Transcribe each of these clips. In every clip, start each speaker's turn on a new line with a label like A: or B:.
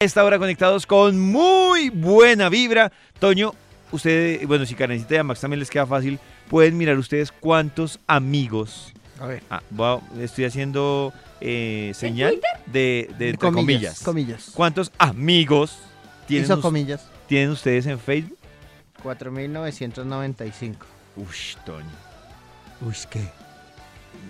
A: esta hora conectados con muy buena vibra. Toño, ustedes, bueno, si Karencita y a Max también les queda fácil, pueden mirar ustedes cuántos amigos.
B: A ver.
A: Ah, voy a- estoy haciendo eh, señal
C: Twitter?
A: de, de entre comillas.
B: Comillas.
A: ¿Cuántos amigos tienen,
B: Hizo
A: us-
B: comillas.
A: tienen ustedes en Facebook?
B: 4.995.
A: Ush, Toño.
B: Uy, ¿qué?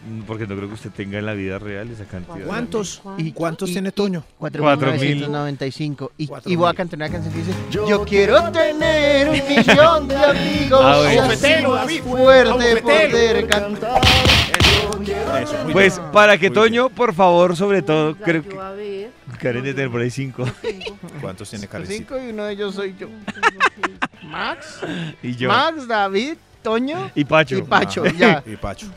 A: Mm, Porque no creo que usted tenga en la vida real esa cantidad. de amigos.
D: ¿Cuántos?
C: ¿Cuántos?
D: ¿Y cuántos
B: Y-
D: tiene Toño?
B: 4.995. Y,
D: Cuatro
B: y voy a
D: mil.
B: cantar una canción que dice: Yo quiero tener un millón de amigos.
A: Ah, bueno.
B: y así
D: Abofetelo,
B: más
D: David,
B: fuerte
D: abofetelo.
B: poder cantar.
D: Eso, muy bien.
A: Pues para que
D: Muy
A: Toño, por favor, sobre todo,
C: Ya,
A: creo
C: yo
A: que
C: a ver,
A: Karen debe tener por ahí cinco.
D: ¿Cuántos tiene Karencita?
B: Cinco y uno de ellos soy yo. Max,
A: Y yo.
B: Max, David, Toño
A: Y Pacho.
B: y Pacho.
D: Ah.
B: Ya.
D: Y Pacho.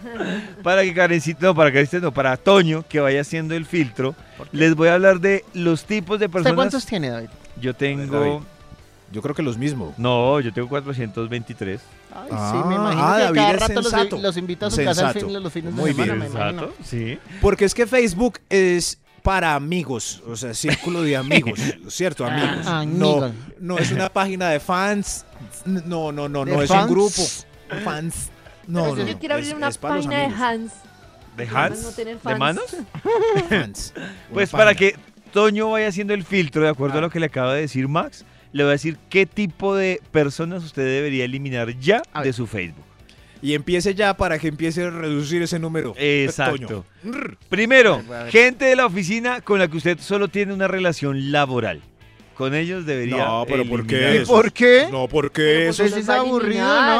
A: Para que Karencita, no, para Karencita, no, para Toño, que vaya haciendo el filtro, les voy a hablar de los tipos de
B: ¿Usted
A: personas.
B: cuántos tiene, David?
A: Yo
D: David.
A: tengo.
D: Yo creo que los mismos.
A: No, yo tengo 423.
B: Ay, sí,
D: Ah,
B: me imagino
D: ah,
B: que
D: David
B: cada
D: es
B: rato los,
D: sensato.
B: los invita a su casa al
D: Sensato.
B: fin- los fines de
D: Muy
B: semana,
D: bien.
B: me imagino.
A: Exacto, sí.
D: Porque es que Facebook es para amigos, o sea, círculo de amigos, ¿cierto? Amigos.
B: Ah,
D: No,
B: amigos.
D: no es una página de fans, no, no, no,
B: De
D: no es
B: fans.
D: un grupo. Fans. No, no,
C: Pero yo
D: no,
C: quiero abrir
D: es-
C: una
D: es para los
C: página de
D: amigos,
C: Hans.
A: ¿De
C: Para
A: Hans?
C: no tener
A: ¿De
C: fans.
A: manos?
D: fans. Una
A: Pues para
D: página.
A: que Toño vaya haciendo el filtro, de acuerdo a lo que le acaba de decir Max, le voy a decir qué tipo de personas usted debería eliminar ya
B: A
A: de
B: ver.
A: su Facebook.
D: Y empiece ya para que empiece a reducir ese número.
A: Exacto.
D: Toño.
A: Primero,
B: A ver.
A: gente de la oficina con la que usted solo tiene una relación laboral. Con ellos debería.
D: No, pero ¿por qué?
A: eliminar.
B: ¿Y
D: Eso.
B: por qué?
D: No, porque
C: Pero
D: es
C: pues-
B: Pues
C: los
B: es
C: va a
B: aburrido,
C: eliminar.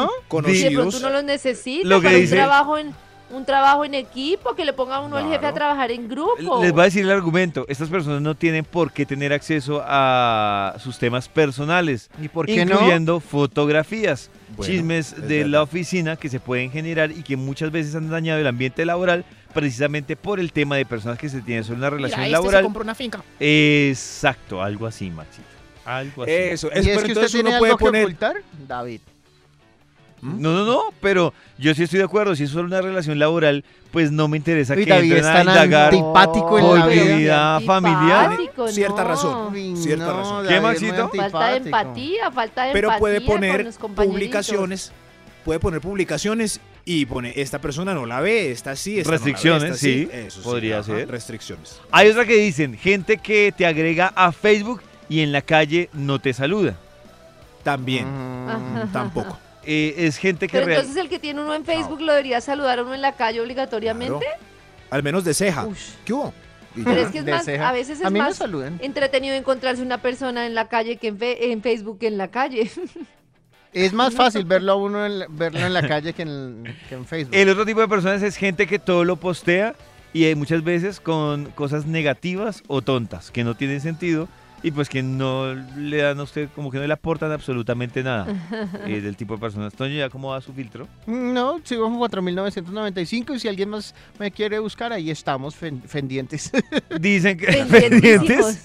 B: ¿no?
C: Si de pronto
D: conocidos.
C: uno los necesita
A: Lo que
C: para
A: dice-
C: un trabajo en un trabajo en equipo, que le ponga uno al jefe a
D: Claro.
C: trabajar en grupo.
A: Les va a decir el argumento. Estas personas no tienen por qué tener acceso a sus temas personales,
B: ¿Y por qué no?
A: incluyendo fotografías,
D: Bueno,
A: chismes
D: es
A: de
D: verdad.
A: la oficina que se pueden generar y que muchas veces han dañado el ambiente laboral precisamente por el tema de personas que se tienen solo una relación laboral.
B: este una finca.
A: Exacto, algo así, Maxito. Algo así.
D: Eso,
B: ¿Y es
D: eso, pero
B: que usted
D: entonces
B: tiene
D: uno
B: algo que
D: puede poner.
B: ocultar? David. ¿Mm?
A: No, no, no, pero yo sí estoy de acuerdo. Si es solo una relación laboral, pues no me interesa
B: Uy,
A: que
B: David
A: entren a
B: es tan
A: indagar.
B: antipático en
A: por
B: la
A: mi
B: vida.
A: vida familiar.
C: Antipático,
D: Cierta
C: no.
D: razón.
B: Uy,
D: Cierta razón.
B: David,
A: ¿Qué,
B: muy
A: Maxito?
B: antipático.
C: Falta de empatía, falta de
D: Pero
C: empatía
D: puede
C: con
D: poner
C: los compañeritos.
D: publicaciones, puede poner publicaciones y pone esta persona no la ve, esta sí, esta no la ve,
A: Restricciones,
D: esta
A: sí,
D: Eso
A: podría
D: ajá,
A: ser.
D: Restricciones.
A: Hay otra que dicen, gente que te agrega a Facebook y en la calle no te saluda.
D: También,
B: Mm,
D: tampoco.
A: Eh, es gente que
C: Pero
A: real-
C: entonces el que tiene uno en Facebook lo debería saludar a uno en la calle obligatoriamente.
D: Claro. Al menos de ceja.
C: Ush.
D: ¿Qué hubo? Y
C: Pero
D: ya.
C: es que es
B: de
C: más,
B: ceja.
C: a veces es
B: A mí me
C: más
B: saludan.
C: entretenido encontrarse una persona en la calle que en, fe- en Facebook que en la calle.
B: Es más fácil verlo a uno en la, verlo en la calle que en, que en Facebook.
A: El otro tipo de personas es gente que todo lo postea y eh, muchas veces con cosas negativas o tontas que no tienen sentido y pues que no le dan a usted, como que no le aportan absolutamente nada eh, del tipo de personas. Toño, ¿ya cómo va su filtro?
B: No, sigo en 4.995 y si alguien más me quiere buscar, ahí estamos fen- pendientes.
A: Dicen que...
C: Pendientísimos.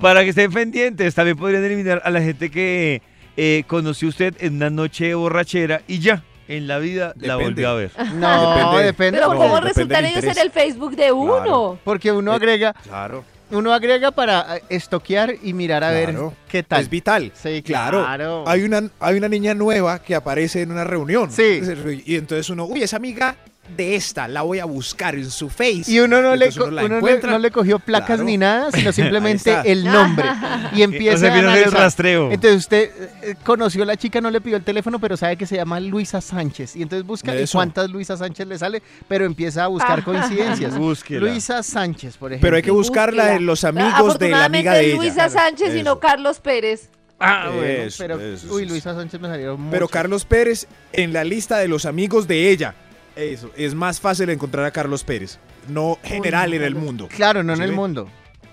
A: Para que estén pendientes, también podrían eliminar a la gente que eh, conoció usted en una noche borrachera y ya, en la vida la
D: Depende.
A: volvió a ver. Eh,
B: No,
D: Depende.
B: depende.
C: Pero
D: No,
C: ¿cómo
D: depende
C: resultan
D: del
C: ellos en
D: interés.
C: el Facebook de uno?
B: Porque uno
D: Eh,
B: agrega,
D: Claro.
B: uno agrega para eh, estoquear y mirar a
D: Claro.
B: ver qué tal.
D: Es vital.
B: Sí,
D: Claro.
B: claro.
D: Hay una, hay una niña nueva que aparece en una reunión.
B: Sí.
D: Y entonces uno, uy, es amiga de esta, la voy a buscar en su face.
B: Y uno no, le,
D: Entonces
B: co-
D: uno la
B: uno no-
D: encuentra.
B: no le cogió placas
D: Claro.
B: ni nada, sino simplemente
D: Ahí está.
B: el nombre. Y empieza
A: o sea,
B: a
A: viene a hacer el
B: analizar.
A: rastreo.
B: Entonces usted eh, conoció a la chica, no le pidió el teléfono, pero sabe que se llama Luisa Sánchez. Y entonces busca y
D: Eso.
B: cuántas Luisa Sánchez le sale, pero empieza a
C: Ah.
B: buscar coincidencias.
A: Búsquela.
B: Luisa Sánchez, por ejemplo.
D: Pero hay que buscarla
C: Búsquela.
D: en los amigos de la amiga de
C: Ah, Afortunadamente,
D: ella.
C: Luisa Sánchez y no
D: Eso.
C: Carlos Pérez.
B: Ah, bueno,
D: Eso,
B: pero,
D: eso,
B: uy,
D: eso.
B: Luisa Sánchez me salieron
D: Pero
B: muchas.
D: Carlos Pérez en la lista de los amigos de ella. Eso, es más fácil encontrar a Carlos Pérez. No general en el mundo.
B: Claro, no en
D: ¿Sí
B: el
D: ve?
B: mundo.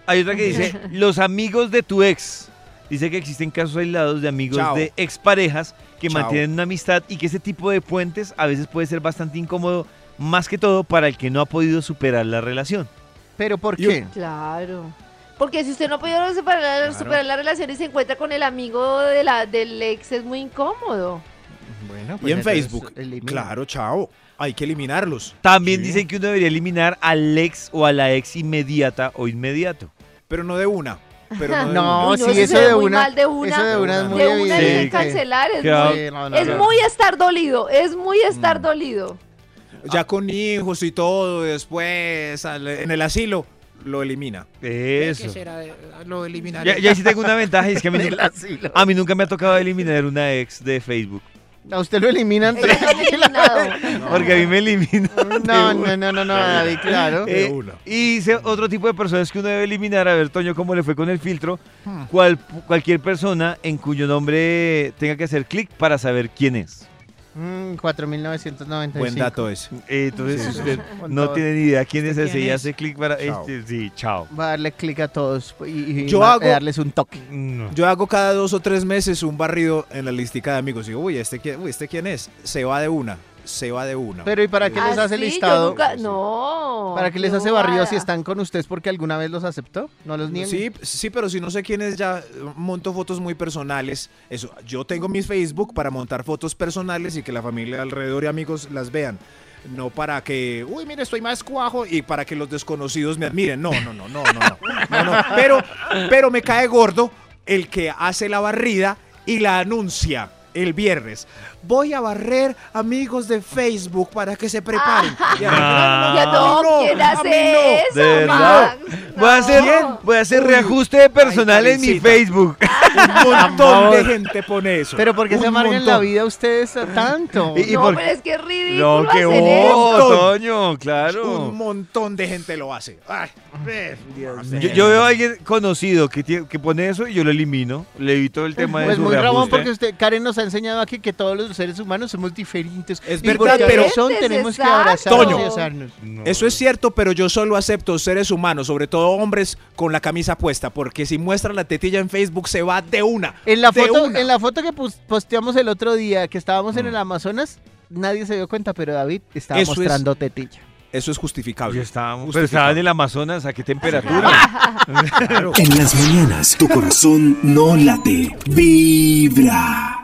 A: Hay otra que dice, los amigos de tu ex. Dice que existen casos aislados de amigos
D: Chao.
A: de exparejas que
D: Chao.
A: mantienen una amistad y que ese tipo de puentes a veces puede ser bastante incómodo, más que todo para el que no ha podido superar la relación.
B: ¿Pero por
D: Y un-
B: qué?
C: Claro. Porque si usted no puede separar,
D: Claro.
C: superar la relación y se encuentra con el amigo de la, del ex, es muy incómodo.
B: Bueno, pues
D: Y en
B: entonces,
D: Facebook.
B: elimina.
D: Claro, chao. Hay que eliminarlos.
A: También
D: Sí.
A: dicen que uno debería eliminar al ex o a la ex inmediata o inmediato.
D: Pero no de una. Pero no, de
B: No,
D: una.
C: Uy,
B: sí,
C: Ah, no, eso
B: eso
C: se ve
B: de
C: muy
B: una.
C: mal de una.
B: Eso de una es
D: De
B: muy
C: de una
A: bien.
C: deben
A: Sí,
B: evidente.
C: cancelar. Es,
A: que a-
C: muy,
B: Sí, no, no,
C: es
B: no.
C: muy estar dolido. Es muy estar
D: Mm.
C: dolido.
D: Ya con hijos y todo, después al- en el asilo, lo elimina.
A: Eso.
E: será? Lo eliminaré.
A: Ya, ya sí tengo una ventaja, y es que a mí,
B: Del asilo.
A: a mí nunca me ha tocado eliminar una ex de Facebook.
B: A usted lo eliminan
C: Ella
B: tres.
C: está eliminado.
A: Porque a mí me eliminan. de
B: No,
A: una.
B: no, no, no, no, David, claro.
A: Eh,
D: De una.
A: y se- otro tipo de personas que uno debe eliminar, a ver, Toño, cómo le fue con el filtro,
D: Ah.
A: cual, cualquier persona en cuyo nombre tenga que hacer clic para saber quién es.
B: Mm, 4995.
D: Buen dato ese.
A: Eh, Entonces,
B: Sí,
A: si
B: sí,
A: usted
B: sí.
A: no tiene ni idea quién es
E: ¿Usted
A: ese
E: quién
A: y
E: es?
A: hace clic para...
D: Chao.
A: este, sí, chao.
B: Va a darle clic a todos y, y
D: Yo
B: va-
D: hago-
B: darles un toque.
A: No.
D: Yo hago cada dos o tres meses un barrido en la listica de amigos. Digo, uy, ¿este quién, uy, ¿este quién es? Se va de una, se va de una.
B: Pero ¿y para qué
C: Ah,
B: les hace
C: sí, yo
B: listado?
C: nunca- no.
B: ¿Para qué les
C: qué
B: hace barrido si
C: bobada.
B: están con ustedes porque alguna vez los aceptó? ¿No los niega?
D: Sí, pues, sí, pero si no sé quién es ya, monto fotos muy personales. Eso, yo tengo mis Facebook para montar fotos personales y que la familia alrededor y amigos las vean. No para que, uy, mire, estoy más cuajo y para que los desconocidos me admiren. No, no, no, no, no, no. no, no. Pero, pero me cae gordo el que hace la barrida y la anuncia el viernes. Voy a barrer amigos de Facebook para que se preparen. Y a la-
C: Ya no,
D: no,
C: ¿quién
D: Ah. a mí no.
C: hace eso,
A: De verdad.
C: Max?
A: Voy a hacer,
C: No.
A: voy a hacer
D: Uy.
A: reajuste de personal
D: Ay,
A: en mi
D: Karencita.
A: Facebook.
D: un montón de gente pone eso.
B: Pero ¿por qué se
D: Un
B: amargan la
D: montón.
B: vida ustedes a tanto?
A: Y- y-
C: No,
A: por-
C: pero es que es ridículo
A: No, qué
C: hacer
A: bobo,
D: eso.
A: Toño, claro.
D: Un montón de gente lo hace. Ay, eh, madre.
A: Yo, yo veo a alguien conocido que, tie- que pone eso y yo lo elimino. Le evito el tema de
B: Pues
A: su
B: muy
A: reajuste.
B: Ramón, porque usted, Karen nos ha enseñado aquí que todos los seres humanos somos diferentes.
D: Es
B: Y
D: verdad,
B: por esa
D: pero-
B: razón tenemos que
C: Exacto.
B: abrazarnos
D: Toño.
B: y besarnos.
A: No.
D: Eso es cierto, pero yo solo acepto seres humanos, sobre todo hombres, con la camisa puesta, porque si muestra la tetilla en Facebook se va de una.
B: En la
D: de
B: foto,
D: una. Mm.
B: en la foto que pus- posteamos el otro día, que estábamos en el Amazonas, nadie se dio cuenta, pero David estaba
D: Eso es-
B: mostrando tetilla.
D: Eso es
A: Yo
D: justificable.
A: estaba, pero
D: Justificado.
A: estaba en el Amazonas, ¿a qué temperatura?
D: Claro.
F: En las mañanas tu corazón no late, vibra.